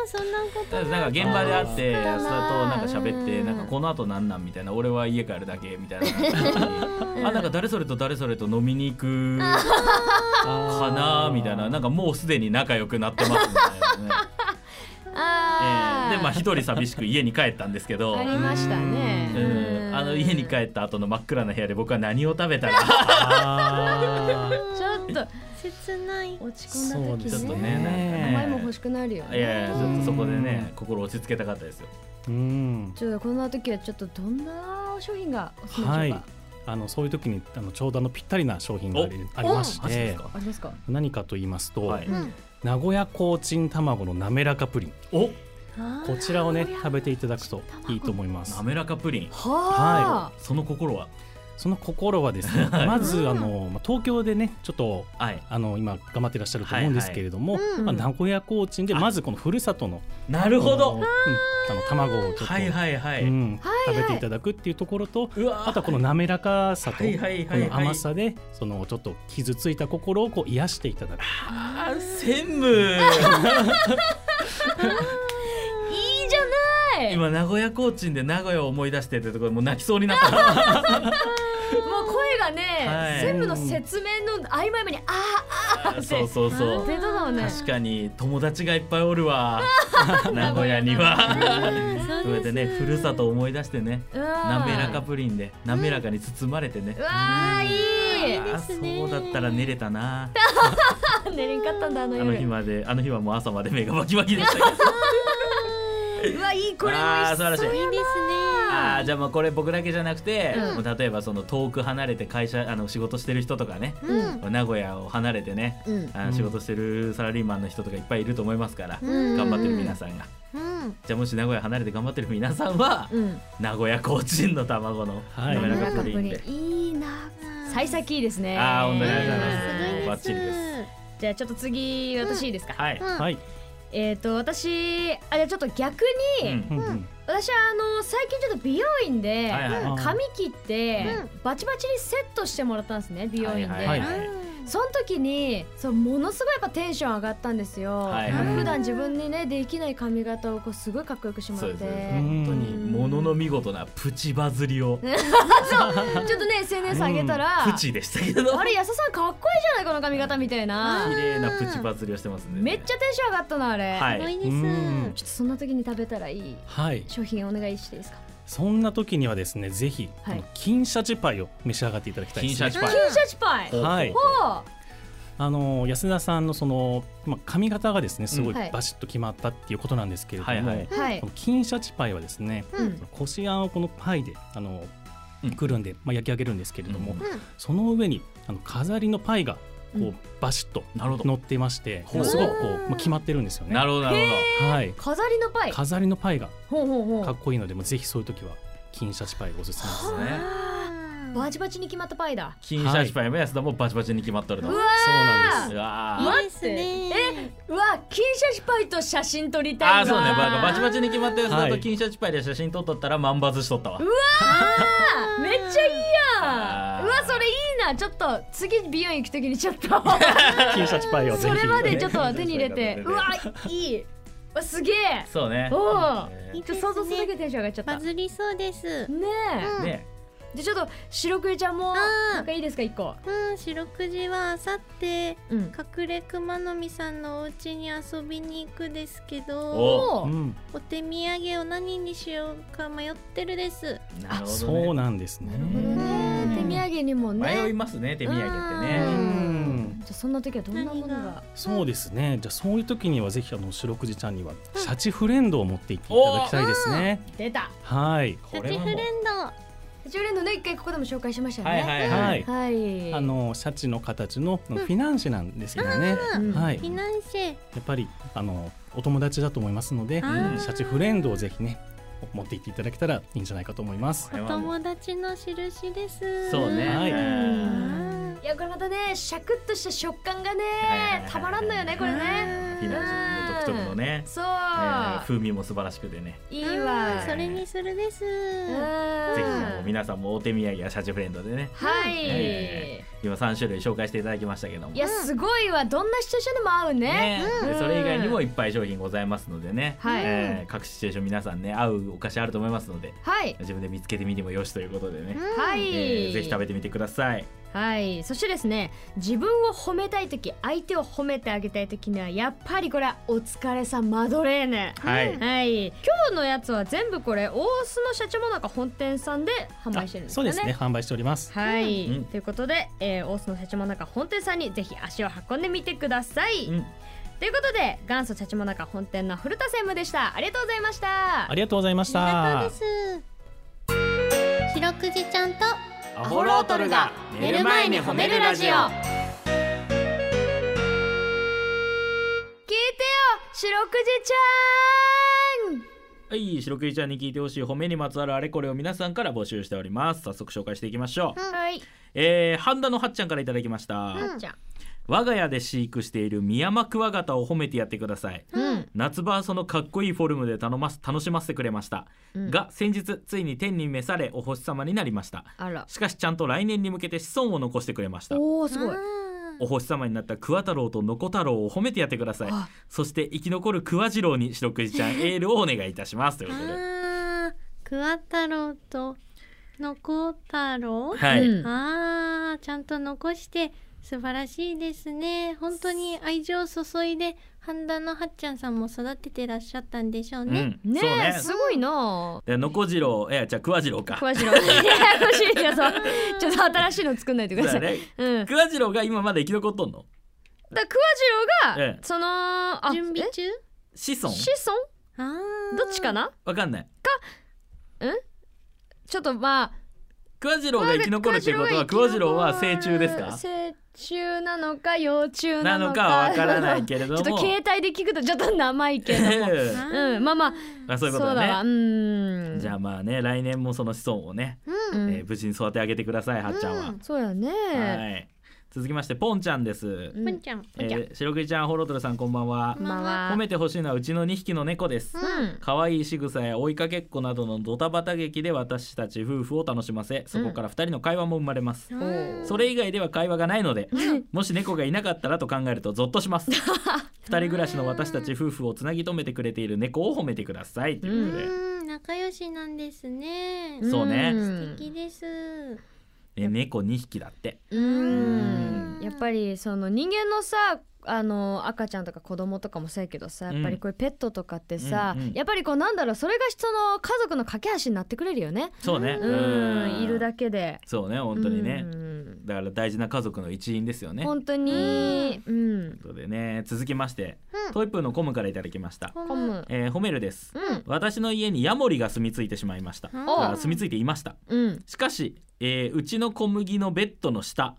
[SPEAKER 1] そんなこと
[SPEAKER 2] ただ
[SPEAKER 1] な
[SPEAKER 2] なんか現場で会って
[SPEAKER 3] あー
[SPEAKER 2] 安田となんか喋って
[SPEAKER 3] うん
[SPEAKER 2] なんかこの後なんなんみたいな俺は家帰るだけみたいな感じ
[SPEAKER 1] う
[SPEAKER 2] で あなんか誰それと誰それと飲みに行くか
[SPEAKER 4] か
[SPEAKER 2] なみたいななんかもうすでに仲良くなってますみた いなね、え
[SPEAKER 3] ああ。
[SPEAKER 2] ーでまあ一人寂しく家に帰ったんですけど
[SPEAKER 3] ありましたね。
[SPEAKER 2] うんあの家に帰
[SPEAKER 3] っ
[SPEAKER 2] った後の真っ暗な部屋で僕は何を食べたら
[SPEAKER 4] あー
[SPEAKER 3] ちょっと
[SPEAKER 1] 切ない
[SPEAKER 3] 落ち込
[SPEAKER 4] そ
[SPEAKER 3] ん
[SPEAKER 4] う
[SPEAKER 3] だ
[SPEAKER 4] で
[SPEAKER 3] 時
[SPEAKER 4] す
[SPEAKER 2] ちょっと
[SPEAKER 3] ね。
[SPEAKER 2] ね
[SPEAKER 3] お前も欲
[SPEAKER 4] し
[SPEAKER 3] しくなるよ
[SPEAKER 2] い
[SPEAKER 3] ね。
[SPEAKER 2] やいやちょっとそこでね心落ち着けたかったですよ
[SPEAKER 4] うん
[SPEAKER 3] ちょっとこんな時はちょっとどんな商品がおすすめでしょうか。
[SPEAKER 4] はいあのそういう時にあのちょうどあのぴったりな商品がありありまし
[SPEAKER 2] マジで
[SPEAKER 4] て
[SPEAKER 2] すか
[SPEAKER 3] ありますか。
[SPEAKER 4] 何かと言いますと、
[SPEAKER 2] はい
[SPEAKER 1] うん
[SPEAKER 4] 名古屋コーチン卵のなめらかプリン
[SPEAKER 2] お
[SPEAKER 4] こちらをね
[SPEAKER 1] あー
[SPEAKER 4] 食べていただくといいと思います
[SPEAKER 2] なめらかプリン
[SPEAKER 3] はあ。
[SPEAKER 2] その心は
[SPEAKER 4] その心はですねまずあのまあ東京でねちょっと
[SPEAKER 2] はい
[SPEAKER 4] あの今頑張ってらっしゃると思うんですけれども、
[SPEAKER 1] うん
[SPEAKER 4] まあ、名古屋コーチンでまずこのふるさとの
[SPEAKER 2] なるほ
[SPEAKER 4] あの
[SPEAKER 2] ど
[SPEAKER 4] うんあの卵をちょっと、
[SPEAKER 2] はいはいは
[SPEAKER 4] う
[SPEAKER 2] い
[SPEAKER 4] ん
[SPEAKER 3] はいはい
[SPEAKER 4] 食べていただくっていうところと
[SPEAKER 2] うわ
[SPEAKER 4] あとはこの滑らかさとこ
[SPEAKER 2] はいはいはいはい
[SPEAKER 4] の甘さでそのちょっと傷ついた心をこう癒していただく
[SPEAKER 2] あー専務
[SPEAKER 3] いいじゃない。も
[SPEAKER 2] 今名古屋コーチンで名古屋を思い出してってところでもう泣きそうになった
[SPEAKER 3] う声が
[SPEAKER 2] は
[SPEAKER 3] ね
[SPEAKER 2] い、
[SPEAKER 3] 全部の説明の曖昧めにああああって。
[SPEAKER 2] そうそうそう
[SPEAKER 3] 出ただもんね。
[SPEAKER 2] 確かに友達がいっぱいおるわ名古屋には
[SPEAKER 1] あー
[SPEAKER 2] そ
[SPEAKER 1] そうう
[SPEAKER 2] や
[SPEAKER 1] で
[SPEAKER 2] って
[SPEAKER 1] す
[SPEAKER 2] ねふるさとを思い出してね
[SPEAKER 3] うん。な
[SPEAKER 2] 滑らかプリンで滑らかに包まれてね
[SPEAKER 3] う、わあいい。
[SPEAKER 2] あ
[SPEAKER 1] ですね
[SPEAKER 2] そうだったら寝れたな
[SPEAKER 3] 寝れんかったんだあの
[SPEAKER 2] あの
[SPEAKER 3] 夜。
[SPEAKER 2] 日まであの日はもう朝まで 目がバキバキでしたけど
[SPEAKER 3] うわいいこれも
[SPEAKER 2] あー素晴らしい
[SPEAKER 1] いいです
[SPEAKER 2] あ
[SPEAKER 1] ね
[SPEAKER 2] ーじゃあもうこれ僕だけじゃなくて、
[SPEAKER 3] うん
[SPEAKER 2] もう例えばその遠く離れて会社あの仕事してる人とかね、
[SPEAKER 1] うん
[SPEAKER 2] 名古屋を離れてね
[SPEAKER 1] うん
[SPEAKER 2] あ
[SPEAKER 4] う
[SPEAKER 2] の
[SPEAKER 4] ん
[SPEAKER 2] 仕事してるサラリーマンの人とかいっぱいいると思いますから、
[SPEAKER 1] うん
[SPEAKER 2] 頑張ってる皆さんが、
[SPEAKER 1] うん
[SPEAKER 2] じゃあもし名古屋離れて頑張ってる皆さんは、
[SPEAKER 3] うん。
[SPEAKER 2] 名古屋コーチンの卵の
[SPEAKER 4] はい
[SPEAKER 2] 滑ら
[SPEAKER 3] 滑ら
[SPEAKER 2] か
[SPEAKER 3] か
[SPEAKER 2] プ
[SPEAKER 3] プ
[SPEAKER 2] リンで、
[SPEAKER 3] リンいいな。幸先いいですね。
[SPEAKER 2] あー本当にありがとうございます
[SPEAKER 1] すごいです
[SPEAKER 2] バッチリです
[SPEAKER 3] じゃあちょっと次私いいですか。
[SPEAKER 2] はい、
[SPEAKER 1] うん
[SPEAKER 4] はい、
[SPEAKER 3] えっと私あじゃあちょっと逆
[SPEAKER 2] う
[SPEAKER 3] に、
[SPEAKER 2] ん
[SPEAKER 4] うんうん
[SPEAKER 3] 私はあの最近ちょっと美容院で、
[SPEAKER 2] はいはい
[SPEAKER 4] うん
[SPEAKER 3] 髪切って、
[SPEAKER 1] うん
[SPEAKER 3] バチバチにセットしてもらったんですね美容院で、
[SPEAKER 2] はいはいはい
[SPEAKER 3] その時にそうものすごいやっぱテンション上がったんですよ、
[SPEAKER 2] はいはい
[SPEAKER 3] 普段自分にねできない髪型をこうすごいかっこよくしても
[SPEAKER 2] そ
[SPEAKER 3] ら
[SPEAKER 2] う
[SPEAKER 3] っ
[SPEAKER 2] です
[SPEAKER 3] て、
[SPEAKER 2] ね
[SPEAKER 4] うん
[SPEAKER 2] 本当にものの見事なプチバズりを
[SPEAKER 3] ちょっとね SNS 上げたら、
[SPEAKER 2] プチでしたけど
[SPEAKER 3] あれ安田さんかっこいいじゃないこの髪型みたいな、
[SPEAKER 2] 綺麗なプチバズりをしてますね
[SPEAKER 3] めっちゃテンション上がったなあれ、
[SPEAKER 2] は
[SPEAKER 1] すご
[SPEAKER 2] い
[SPEAKER 1] いです
[SPEAKER 4] うん
[SPEAKER 3] ちょっとそんな時に食べたらいい
[SPEAKER 4] はい、
[SPEAKER 3] 商品お願いしていいですか
[SPEAKER 4] そんな時にはですねぜひ、
[SPEAKER 3] はい
[SPEAKER 4] あの金シャチパイを召し上がっていただきたいです、
[SPEAKER 2] 金
[SPEAKER 4] ね、
[SPEAKER 2] シャチパイ
[SPEAKER 3] 金シャチパイ
[SPEAKER 2] ほう
[SPEAKER 4] はい
[SPEAKER 2] ほう
[SPEAKER 3] ほ
[SPEAKER 4] あの安田さんのその、まあ、髪型がですねすご
[SPEAKER 2] う
[SPEAKER 4] い
[SPEAKER 3] んはい
[SPEAKER 4] バシッと決まったっていうことなんですけれども、
[SPEAKER 2] はいはい
[SPEAKER 3] はいう
[SPEAKER 4] この金シャチパイはですね
[SPEAKER 3] うん
[SPEAKER 4] こしあんをこのパイであの
[SPEAKER 2] うん
[SPEAKER 4] くるんで、まあ、焼き上げるんですけれども、
[SPEAKER 2] うん
[SPEAKER 1] うん
[SPEAKER 4] その上にあの飾りのパイがこう、
[SPEAKER 3] うん
[SPEAKER 4] バシッと
[SPEAKER 2] なるほど
[SPEAKER 4] 乗ってまして
[SPEAKER 2] ほう
[SPEAKER 4] すごくこ
[SPEAKER 1] う、
[SPEAKER 4] うんまあ、決まってるんですよね。
[SPEAKER 2] なるほどなる
[SPEAKER 4] はい、
[SPEAKER 3] 飾りのパイ
[SPEAKER 4] 飾りのパイが
[SPEAKER 3] ほうほうほう
[SPEAKER 4] かっこいいので、もうぜひそういう時は金シャチパイがおすすめです。
[SPEAKER 2] ほど、ね、
[SPEAKER 3] バチバチに決まったパイだ
[SPEAKER 2] 金シャチパイも安田もバチバチに決まっとるの
[SPEAKER 3] う
[SPEAKER 2] う
[SPEAKER 3] わ
[SPEAKER 4] そうなんです
[SPEAKER 3] ー
[SPEAKER 2] わー
[SPEAKER 1] いいですね
[SPEAKER 3] うわ金シャチパイと写真撮りたいわ
[SPEAKER 2] あーそうねババチバチに決まったやつだ
[SPEAKER 4] は
[SPEAKER 2] と
[SPEAKER 4] い
[SPEAKER 2] 金シャチパイで写真撮っとったら万バズしとったわ
[SPEAKER 3] あーめっちゃいいや
[SPEAKER 2] あー
[SPEAKER 3] んうわそれいいなちょっと次美容院行く時にちょっと
[SPEAKER 4] 金シャチパイをぜ
[SPEAKER 3] そ
[SPEAKER 4] ひ。
[SPEAKER 3] れまでちょっと手に入れて
[SPEAKER 2] ぜひ
[SPEAKER 3] うわいいうわすげえ
[SPEAKER 2] そうね
[SPEAKER 3] おお
[SPEAKER 2] ね
[SPEAKER 1] いいで
[SPEAKER 3] ちょっと
[SPEAKER 1] す
[SPEAKER 3] 想像するだけ
[SPEAKER 1] ね
[SPEAKER 3] でテンション上がっちゃった
[SPEAKER 1] バ
[SPEAKER 3] ね
[SPEAKER 1] ズりそうです
[SPEAKER 3] え
[SPEAKER 1] うん
[SPEAKER 2] ね
[SPEAKER 3] でちょっと白クエちゃんも
[SPEAKER 1] ー
[SPEAKER 3] なんかいいですか一個
[SPEAKER 1] うん白くじはあさって
[SPEAKER 3] うん
[SPEAKER 1] 隠れ熊の実さんのお家に遊びに行くですけど
[SPEAKER 2] お
[SPEAKER 3] お
[SPEAKER 4] うん、
[SPEAKER 1] お手土産を何にしようか迷ってるです
[SPEAKER 2] なるほどね
[SPEAKER 4] そうなんですね。
[SPEAKER 3] ね手土産にも
[SPEAKER 2] 迷い
[SPEAKER 3] ね
[SPEAKER 2] ますね手土産って
[SPEAKER 3] う
[SPEAKER 4] う
[SPEAKER 2] ね
[SPEAKER 4] ん
[SPEAKER 3] じゃあそんな時はどんなもの
[SPEAKER 1] 何
[SPEAKER 3] が
[SPEAKER 1] が
[SPEAKER 4] そうですね。じゃあそういう時にはぜひあの白くじちゃんにはシャチフレンドを持っていっていただきたいですね。
[SPEAKER 3] 出た
[SPEAKER 4] はい。
[SPEAKER 1] シ
[SPEAKER 2] こ
[SPEAKER 1] ャ
[SPEAKER 2] れ
[SPEAKER 1] チ
[SPEAKER 2] は
[SPEAKER 1] フ
[SPEAKER 2] も
[SPEAKER 1] レン
[SPEAKER 2] う
[SPEAKER 1] ド
[SPEAKER 3] チオレンドね一回ここでも紹介しましたよ
[SPEAKER 2] はいは
[SPEAKER 3] ね。
[SPEAKER 2] い
[SPEAKER 4] は
[SPEAKER 2] はいい。
[SPEAKER 3] はい。
[SPEAKER 4] あのシャチの形のフィナンシェなんですけどね、
[SPEAKER 3] うん
[SPEAKER 1] フ
[SPEAKER 4] は
[SPEAKER 1] ィ
[SPEAKER 4] い、
[SPEAKER 1] ナンシェ
[SPEAKER 4] やっぱりあのお友達だと思いますので
[SPEAKER 1] あ
[SPEAKER 2] ー
[SPEAKER 4] シャチフレンドをぜひね持っていっていただけたらいいんじゃないかと思います。
[SPEAKER 1] お友達の印です
[SPEAKER 2] そうね。
[SPEAKER 4] はい
[SPEAKER 1] うん
[SPEAKER 3] いやこれまたねシャクッとした食感がね
[SPEAKER 2] はいはいはいはい
[SPEAKER 3] たまらんのよねこれね。
[SPEAKER 2] フィナンシェの独特のね、
[SPEAKER 3] そう
[SPEAKER 2] えー、風味も素晴らしくてね。
[SPEAKER 3] いい
[SPEAKER 1] うん
[SPEAKER 3] わ。
[SPEAKER 1] それにするです
[SPEAKER 3] うん
[SPEAKER 2] ぜひもう皆さんもお手土産やシャチフレンドでね、
[SPEAKER 3] は
[SPEAKER 2] え
[SPEAKER 3] い。
[SPEAKER 2] 今三種類紹介していただきましたけども。
[SPEAKER 3] いやすごいわどんなシチュエーションでも合うね。
[SPEAKER 2] ね
[SPEAKER 3] うん
[SPEAKER 2] でそれ以外にもいっぱい商品ございますのでね、
[SPEAKER 3] はい
[SPEAKER 2] えー各シチュエーション皆さんね合うお菓子あると思いますので
[SPEAKER 3] はい。
[SPEAKER 2] 自分で見つけてみてもよしということでね、
[SPEAKER 3] は
[SPEAKER 2] え
[SPEAKER 3] い、
[SPEAKER 2] ーぜひ食べてみてください
[SPEAKER 3] はいそしてですね自分を褒めたい時相手を褒めてあげたい時にはやっぱりこれはお疲れさんマドレーヌ
[SPEAKER 2] はい
[SPEAKER 3] はい、今日のやつは全部これ大須の社長もなんか本店さんで販売してるんです
[SPEAKER 4] そ
[SPEAKER 3] か
[SPEAKER 4] う
[SPEAKER 3] ね
[SPEAKER 4] ですね販売しております。
[SPEAKER 3] はい、
[SPEAKER 2] うん
[SPEAKER 3] ということで、えー、大須の社長もなんか本店さんにぜひ足を運んでみてください、
[SPEAKER 2] うん
[SPEAKER 3] ということで元祖社長もなんか本店の古田専務でしたありがとうございました
[SPEAKER 4] ありがとうございまし
[SPEAKER 1] ありが
[SPEAKER 4] た
[SPEAKER 1] とう。です白くじちゃんと
[SPEAKER 2] ア
[SPEAKER 1] ホロートルが
[SPEAKER 2] 寝る前に褒めるラジオ
[SPEAKER 3] 聞いてよ白くじちゃん
[SPEAKER 2] はい白くじちゃんに聞いてほしい褒めにまつわるあれこれを皆さんから募集しております早速紹介していきましょう、
[SPEAKER 3] はい、
[SPEAKER 2] えー、半田のはっちゃんからいただきました、
[SPEAKER 3] じゃ
[SPEAKER 2] 我が家で飼育しているミヤマクワガタを褒めてやってください
[SPEAKER 3] うん、
[SPEAKER 2] 夏場はそのかっこいいフォルムで頼ます楽しませてくれました、
[SPEAKER 3] うん
[SPEAKER 2] が先日ついに天に召されお星様になりました
[SPEAKER 3] あら
[SPEAKER 2] しかしちゃんと来年に向けて子孫を残してくれました
[SPEAKER 3] おおす
[SPEAKER 1] す
[SPEAKER 3] ごい
[SPEAKER 2] お星様になった桑太郎とノコ太郎を褒めてやってください
[SPEAKER 3] あ
[SPEAKER 2] そして生き残る桑次郎に白くじちゃんエールをお願いいたしますということで
[SPEAKER 1] あー桑太郎とのこ太郎
[SPEAKER 2] はい、
[SPEAKER 3] うん
[SPEAKER 1] あーちゃんと残して素晴らしいですね本当に愛情を注いで半田のはっちゃんさんも育ててらっしゃったんでしょうね、
[SPEAKER 2] うん
[SPEAKER 3] ね
[SPEAKER 2] そうね
[SPEAKER 3] えすごいな
[SPEAKER 2] でノコ次郎いやじゃあ桑次郎か
[SPEAKER 3] 詳しいの ややこしい やつちょっと新しいの作んないでくだ
[SPEAKER 2] そ
[SPEAKER 3] さいう
[SPEAKER 2] だね
[SPEAKER 3] うん、だか
[SPEAKER 2] 桑次郎が今まだ生き残っとんの
[SPEAKER 3] ら桑次郎が、
[SPEAKER 2] ええ
[SPEAKER 3] そのあ
[SPEAKER 1] 準備
[SPEAKER 3] え
[SPEAKER 1] 中
[SPEAKER 2] 子孫
[SPEAKER 3] 子孫
[SPEAKER 1] あー
[SPEAKER 3] どっちかな
[SPEAKER 2] わかんない
[SPEAKER 3] ちょっとまあ
[SPEAKER 2] 桑次郎が生き残るっていうことは
[SPEAKER 3] 桑
[SPEAKER 2] 桑次郎は成虫ですか
[SPEAKER 3] 成虫なのか幼虫
[SPEAKER 2] な
[SPEAKER 3] なの
[SPEAKER 2] の
[SPEAKER 3] か
[SPEAKER 2] かはわからないけれ
[SPEAKER 3] ちょ
[SPEAKER 2] ど
[SPEAKER 3] っと
[SPEAKER 2] も
[SPEAKER 3] 携帯で聞くとちょっと生いけど
[SPEAKER 2] え
[SPEAKER 3] うんまあまあ
[SPEAKER 2] えあそういうこと
[SPEAKER 3] そうだ
[SPEAKER 2] だ
[SPEAKER 3] わう
[SPEAKER 2] ね
[SPEAKER 3] ん
[SPEAKER 2] じゃあまあね来年もその子孫をね、
[SPEAKER 1] うん
[SPEAKER 3] うん
[SPEAKER 2] えー無事に育て上げてくださいはっちゃんは、
[SPEAKER 3] そうやね、
[SPEAKER 2] はい続きましてポンちゃんです、
[SPEAKER 3] うん
[SPEAKER 1] ぽんちゃん
[SPEAKER 2] えー、白くじちゃんホロトルさんこんばんは
[SPEAKER 3] こんばんは
[SPEAKER 2] 褒めてほしいのはうちの2匹の猫です
[SPEAKER 3] うん
[SPEAKER 2] 可愛い仕草や追いかけっこなどのドタバタ劇で私たち夫婦を楽しませそこから2人の会話も生まれます、
[SPEAKER 1] うん
[SPEAKER 3] おう
[SPEAKER 2] それ以外では会話がないのでもし猫がいなかったらと考えるとゾッとします二人暮らしの私たち夫婦をつなぎ止めてくれている猫を褒めてくださいということで、
[SPEAKER 1] うん仲良しなんですね
[SPEAKER 2] そうね
[SPEAKER 1] 素敵です
[SPEAKER 2] え猫2匹だって
[SPEAKER 3] うんやっぱりその人間のさあの赤ちゃんとか子供とかもそうやけどさやっぱりこういうペットとかってさ、
[SPEAKER 2] うんうん
[SPEAKER 3] やっぱりこうなんだろうそれが人の家族の架け橋になってくれるよね。
[SPEAKER 2] そうね
[SPEAKER 3] うんいるだ
[SPEAKER 2] け
[SPEAKER 3] けで
[SPEAKER 2] そうね本当にね
[SPEAKER 3] うん
[SPEAKER 2] だから大事な家族の一員ですよね
[SPEAKER 3] 本当にうん
[SPEAKER 2] ということでね続きまして、
[SPEAKER 1] うん
[SPEAKER 2] トイプーのコムからいただきました、
[SPEAKER 1] コ
[SPEAKER 3] コム
[SPEAKER 2] えー褒めるです
[SPEAKER 3] うん
[SPEAKER 2] 私の家にヤモリが住み着いてしまいました
[SPEAKER 1] うん
[SPEAKER 2] あ住み着いていました
[SPEAKER 3] うん
[SPEAKER 2] しかし、えーうちの小麦のベッドの下あ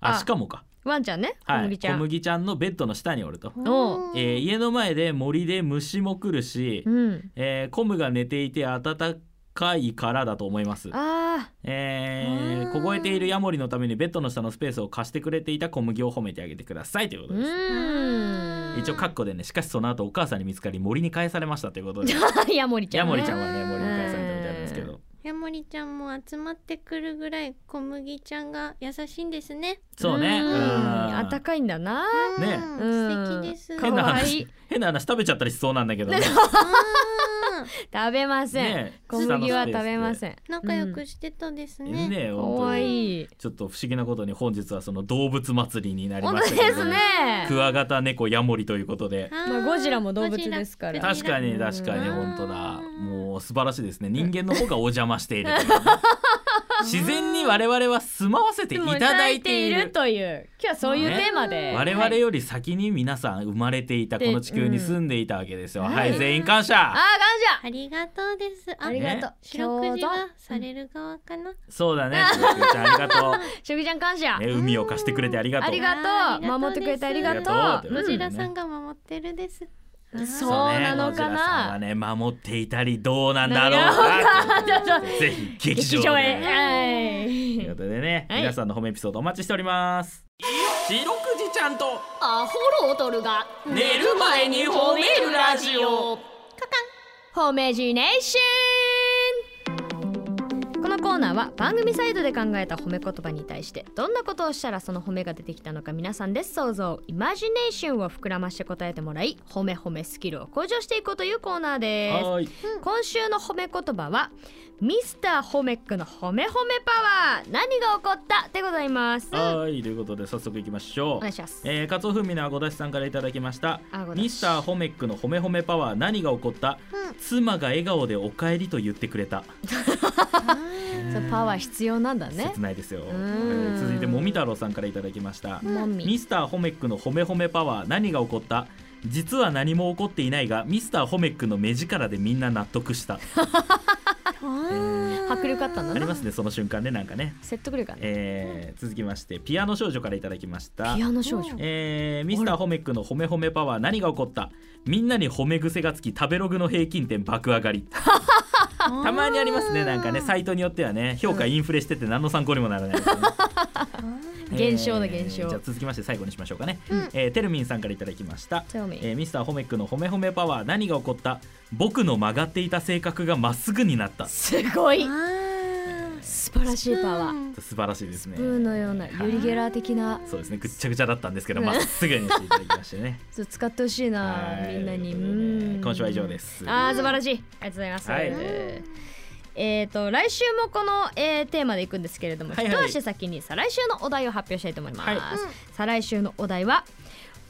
[SPEAKER 3] あ
[SPEAKER 2] しかもか
[SPEAKER 3] ワンちゃんね小
[SPEAKER 2] はい
[SPEAKER 3] 麦ちゃん、
[SPEAKER 2] ちゃんのベッドの下におると、
[SPEAKER 3] お
[SPEAKER 1] うん
[SPEAKER 2] えー家の前で森で虫も来るし、
[SPEAKER 3] うん
[SPEAKER 2] えーコムが寝ていて暖かいからだと思います、
[SPEAKER 3] あ
[SPEAKER 2] えー
[SPEAKER 1] うん
[SPEAKER 2] 凍えているヤモリのためにベッドの下のスペースを貸してくれていた小麦を褒めてあげてくださいというこ
[SPEAKER 3] ー
[SPEAKER 2] とです、
[SPEAKER 3] うん
[SPEAKER 2] 一応カッコでねしかしその後お母さんに見つかり森に返されましたという ことで
[SPEAKER 3] ヤモリちゃ
[SPEAKER 2] ヤ
[SPEAKER 3] ん、ね、
[SPEAKER 2] モリちゃんはね森に返されたみたいなんですけ
[SPEAKER 3] う
[SPEAKER 2] ど
[SPEAKER 1] ヤモリちゃんも集まってくるぐらい小麦ちゃんが優しいんですね。
[SPEAKER 2] そうね
[SPEAKER 3] うん
[SPEAKER 2] うん
[SPEAKER 3] あったかいんだな
[SPEAKER 2] ね
[SPEAKER 1] うん素敵です。
[SPEAKER 3] か
[SPEAKER 2] 変な
[SPEAKER 3] わ
[SPEAKER 2] 話
[SPEAKER 3] いい
[SPEAKER 2] 変な話食べちゃったりしそうなんだけどね
[SPEAKER 1] う
[SPEAKER 3] 食べません、
[SPEAKER 2] ね
[SPEAKER 3] 小麦は食べません
[SPEAKER 1] ん仲良くしてたですね。
[SPEAKER 2] ねえ
[SPEAKER 3] うん
[SPEAKER 2] 本
[SPEAKER 3] か
[SPEAKER 2] 当
[SPEAKER 3] わ
[SPEAKER 2] に
[SPEAKER 3] いい
[SPEAKER 2] ちょっと不思議なことに本日はその動物祭りになり
[SPEAKER 3] 本
[SPEAKER 2] ま
[SPEAKER 3] 当
[SPEAKER 2] したけ
[SPEAKER 3] で
[SPEAKER 2] ど
[SPEAKER 3] す
[SPEAKER 2] も
[SPEAKER 3] ね
[SPEAKER 2] クワガタ猫ヤモリということで
[SPEAKER 1] あー
[SPEAKER 3] まあゴジラも動物ですから
[SPEAKER 1] ゴジ
[SPEAKER 2] 確
[SPEAKER 1] ラ
[SPEAKER 2] かに確かに
[SPEAKER 1] うん
[SPEAKER 2] 本 当だもう素晴らしいですね人間の方がお邪魔しているというね自然に我々は住まわせていただいている
[SPEAKER 3] という今日はそういうテーマで、
[SPEAKER 2] 我々より先に皆さん生まれていたこ
[SPEAKER 3] で
[SPEAKER 2] の地球に住んでいたわけですよ、
[SPEAKER 3] うん
[SPEAKER 2] はい
[SPEAKER 3] はい
[SPEAKER 2] 全員感謝
[SPEAKER 3] ああ
[SPEAKER 1] ありがとうです。あ
[SPEAKER 3] 感謝ありがとう
[SPEAKER 1] 白くじはさ
[SPEAKER 3] る
[SPEAKER 1] れる側かな。
[SPEAKER 2] そうだ ねしろくちゃんありがと
[SPEAKER 3] しょくちゃん感謝
[SPEAKER 2] う、ね、海を貸してくれてありがとう
[SPEAKER 3] ありがとう守ってくれてありがとう
[SPEAKER 2] ありがとう
[SPEAKER 1] ロ
[SPEAKER 2] です
[SPEAKER 1] ジラさんが守ってるです。
[SPEAKER 3] そ
[SPEAKER 2] ね
[SPEAKER 3] うな
[SPEAKER 2] ゴ
[SPEAKER 3] のかな
[SPEAKER 2] ジラさんはね守っていたりどうなんだろ
[SPEAKER 3] なる
[SPEAKER 2] う
[SPEAKER 3] ほ
[SPEAKER 2] か
[SPEAKER 3] ど
[SPEAKER 2] ぜひ劇
[SPEAKER 3] 劇
[SPEAKER 2] 場
[SPEAKER 3] 場
[SPEAKER 2] で
[SPEAKER 3] へはい
[SPEAKER 2] ということでね、
[SPEAKER 3] はい
[SPEAKER 2] 皆さんの褒めエピソードお待ちしております白くじちゃんと
[SPEAKER 5] アホロトルが
[SPEAKER 2] 寝る前に褒めるラジオ
[SPEAKER 3] ホメジネーションこのコーナーは番組サイドで考えた褒め言葉に対してどんなことをしたらその褒めが出てきたのか皆さんで想像イマジネーションを膨らまして答えてもらい褒め褒めスキルを向上していこうというコーナーです
[SPEAKER 2] はーい
[SPEAKER 3] 今週の褒め言葉はミスターホメックの褒め褒めパワー何が起こったでございますお
[SPEAKER 2] はーいということで早速いきましょう
[SPEAKER 3] 願いします
[SPEAKER 2] えー、カツオ風味のあごだしさんからいただきました
[SPEAKER 3] あごだし
[SPEAKER 2] ミスターホメックの褒め褒めパワー何が起こった、
[SPEAKER 1] うん
[SPEAKER 2] 妻が笑顔でお帰りと言ってくれた、
[SPEAKER 3] そうパワー必要なんだね
[SPEAKER 2] 切ないですよ、え
[SPEAKER 3] ん
[SPEAKER 2] ー続いてもみ太郎さんからいただきました
[SPEAKER 3] もみ
[SPEAKER 2] ミスターホメックの褒め褒めパワー何が起こった実は何も起こっていないがミスターホメックの目力でみんな納得した
[SPEAKER 1] うん
[SPEAKER 3] 迫力あったんだ
[SPEAKER 2] あり
[SPEAKER 3] ね
[SPEAKER 2] ますねその瞬間ねなんかね、
[SPEAKER 3] 説得力あるね
[SPEAKER 2] えー続きましてピアノ少女からいただきました
[SPEAKER 3] ピアノ少女
[SPEAKER 2] えーミスターホメックの褒め褒めパワー何が起こったみんなに褒め癖がつき食べログの平均点爆上がり たまにありますねなんかねサイトによってはね評価インフレしてて何の参考にもならないですよ ね、
[SPEAKER 3] 現象だ現象
[SPEAKER 2] じゃあ続きまして最後にしましょうかね、
[SPEAKER 1] うん
[SPEAKER 2] えーテルミンさんからいただきました、
[SPEAKER 3] Tell me
[SPEAKER 2] えーミスターホメックの褒め褒めパワー何が起こった僕の曲がっていた性格がまっすぐになった素
[SPEAKER 3] すごい
[SPEAKER 1] あ
[SPEAKER 3] 素晴らしいパワー
[SPEAKER 1] ー。
[SPEAKER 2] 晴らしいですね
[SPEAKER 3] ブーのようなユリゲラー的な
[SPEAKER 2] そうですねぐっちゃぐちゃだったんですけどまっすぐにしていただきまして ね
[SPEAKER 3] そう使ってほしいな
[SPEAKER 2] はい
[SPEAKER 3] みんなに
[SPEAKER 2] ということでね
[SPEAKER 3] うん
[SPEAKER 2] 今週は以上です
[SPEAKER 3] あー素晴らしいありがとうございます、
[SPEAKER 2] はい
[SPEAKER 3] えー、と来週もこの、えーテーマでいくんですけれども、
[SPEAKER 2] はいはい
[SPEAKER 3] 一足先に再来週のお題を発表したいと思います、
[SPEAKER 2] はい
[SPEAKER 3] 再来週のお題は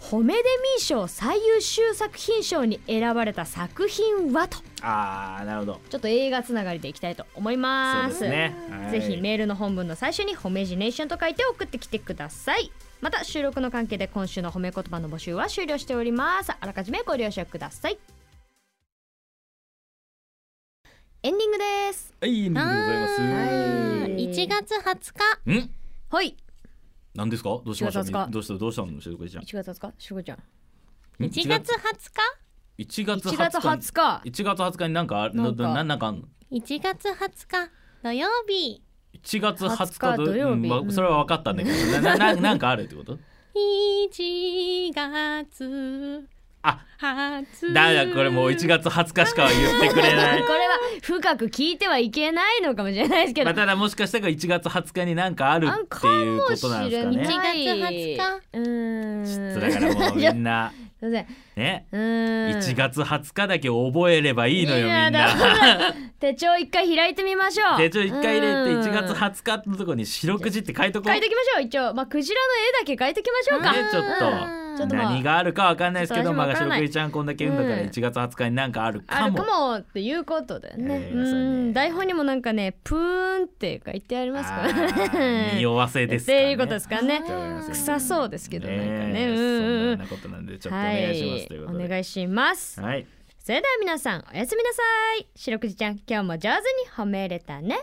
[SPEAKER 3] 褒めデミー賞最優秀作品賞に選ばれた作品はと
[SPEAKER 2] あーなるほど
[SPEAKER 3] ちょっと映画つながりでいきたいと思い
[SPEAKER 2] そう
[SPEAKER 3] ま
[SPEAKER 2] ですすね、はい
[SPEAKER 3] ぜひメールの本文の最初に「褒めジネーション」と書いて送ってきてくださいまた収録の関係で今週の褒め言葉の募集は終了しておりますあらかじめご了承くださいエンディングです
[SPEAKER 2] はい、ありがとうございます。
[SPEAKER 3] はい
[SPEAKER 1] 一月二十日。
[SPEAKER 2] ん、
[SPEAKER 3] はい
[SPEAKER 2] なんですか、どうしまし
[SPEAKER 3] 違う違
[SPEAKER 2] た、
[SPEAKER 3] う
[SPEAKER 2] どうした、どうしたの、しずこちゃん。
[SPEAKER 3] 1月20日しゅうこちゃん
[SPEAKER 2] ん
[SPEAKER 1] 一月二十日。
[SPEAKER 2] 一月
[SPEAKER 3] 1
[SPEAKER 2] 20
[SPEAKER 3] 月20
[SPEAKER 2] 日。
[SPEAKER 3] 日
[SPEAKER 2] 一月20日になんかある、
[SPEAKER 3] なんか
[SPEAKER 2] な、なんかあんの。
[SPEAKER 1] 一月二十日土曜日。
[SPEAKER 2] 一月20日
[SPEAKER 3] 20土曜日
[SPEAKER 2] うんわそれは分かったんだけど、な、な、なんかあるって こと。
[SPEAKER 1] 一月
[SPEAKER 2] あ、
[SPEAKER 1] 二十日。
[SPEAKER 2] だ、これもう一月20日しか言ってくれ
[SPEAKER 3] こ
[SPEAKER 2] な
[SPEAKER 3] れ
[SPEAKER 2] い。
[SPEAKER 3] は深く聞いてはいけないのかもしれないですけど、
[SPEAKER 2] まあただもしかしたら一月20日になんかあるっていうことなんです
[SPEAKER 1] 一
[SPEAKER 2] か
[SPEAKER 3] あか
[SPEAKER 2] ね。
[SPEAKER 1] 月二十日。
[SPEAKER 3] うーん
[SPEAKER 2] ちょっとだからもうみんな
[SPEAKER 3] すいません
[SPEAKER 2] ね、
[SPEAKER 3] うーん
[SPEAKER 2] 一月20日だけ覚えればいいのよみ
[SPEAKER 3] いや
[SPEAKER 2] ん
[SPEAKER 3] だか
[SPEAKER 2] な。
[SPEAKER 3] ら手帳一回開いてみましょう
[SPEAKER 2] 手帳一回入れて
[SPEAKER 3] うん
[SPEAKER 2] 1月20日のとこに四六時って書いとこう
[SPEAKER 3] 書いておきましょう一応まあクジラの絵だけ書いておきましょうか、
[SPEAKER 2] ねちょっ
[SPEAKER 1] うん
[SPEAKER 3] ち
[SPEAKER 2] と
[SPEAKER 3] ょっとまあ
[SPEAKER 2] 何があるかわかんないですけ
[SPEAKER 3] ちょ
[SPEAKER 2] ど
[SPEAKER 3] っと私
[SPEAKER 2] ま
[SPEAKER 3] も
[SPEAKER 2] あ
[SPEAKER 3] わから
[SPEAKER 2] 白
[SPEAKER 3] ない
[SPEAKER 2] くじちゃんこんだけ言うんだから
[SPEAKER 3] うん
[SPEAKER 2] 1月20日になんかある
[SPEAKER 3] あ
[SPEAKER 2] か
[SPEAKER 3] る
[SPEAKER 2] も
[SPEAKER 3] かもっていうことだよね、
[SPEAKER 2] えーそうね
[SPEAKER 3] うん台本にもなんかねプーンって書いてありますか
[SPEAKER 2] あ
[SPEAKER 3] ら
[SPEAKER 2] ー
[SPEAKER 3] ね
[SPEAKER 2] 匂わせですか
[SPEAKER 3] っていうことですからね
[SPEAKER 1] あー
[SPEAKER 3] 臭そうですけどなんかね
[SPEAKER 2] え
[SPEAKER 3] うん
[SPEAKER 2] そ
[SPEAKER 3] うんん
[SPEAKER 2] なことなんでちょっとお
[SPEAKER 3] は
[SPEAKER 2] 願いしますということ
[SPEAKER 3] お
[SPEAKER 2] で
[SPEAKER 3] 願いします
[SPEAKER 2] はい
[SPEAKER 3] それでは皆さんおやすみなさい白くじちゃん今日も上手に褒めれたね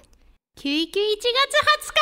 [SPEAKER 1] 九一一月二十日。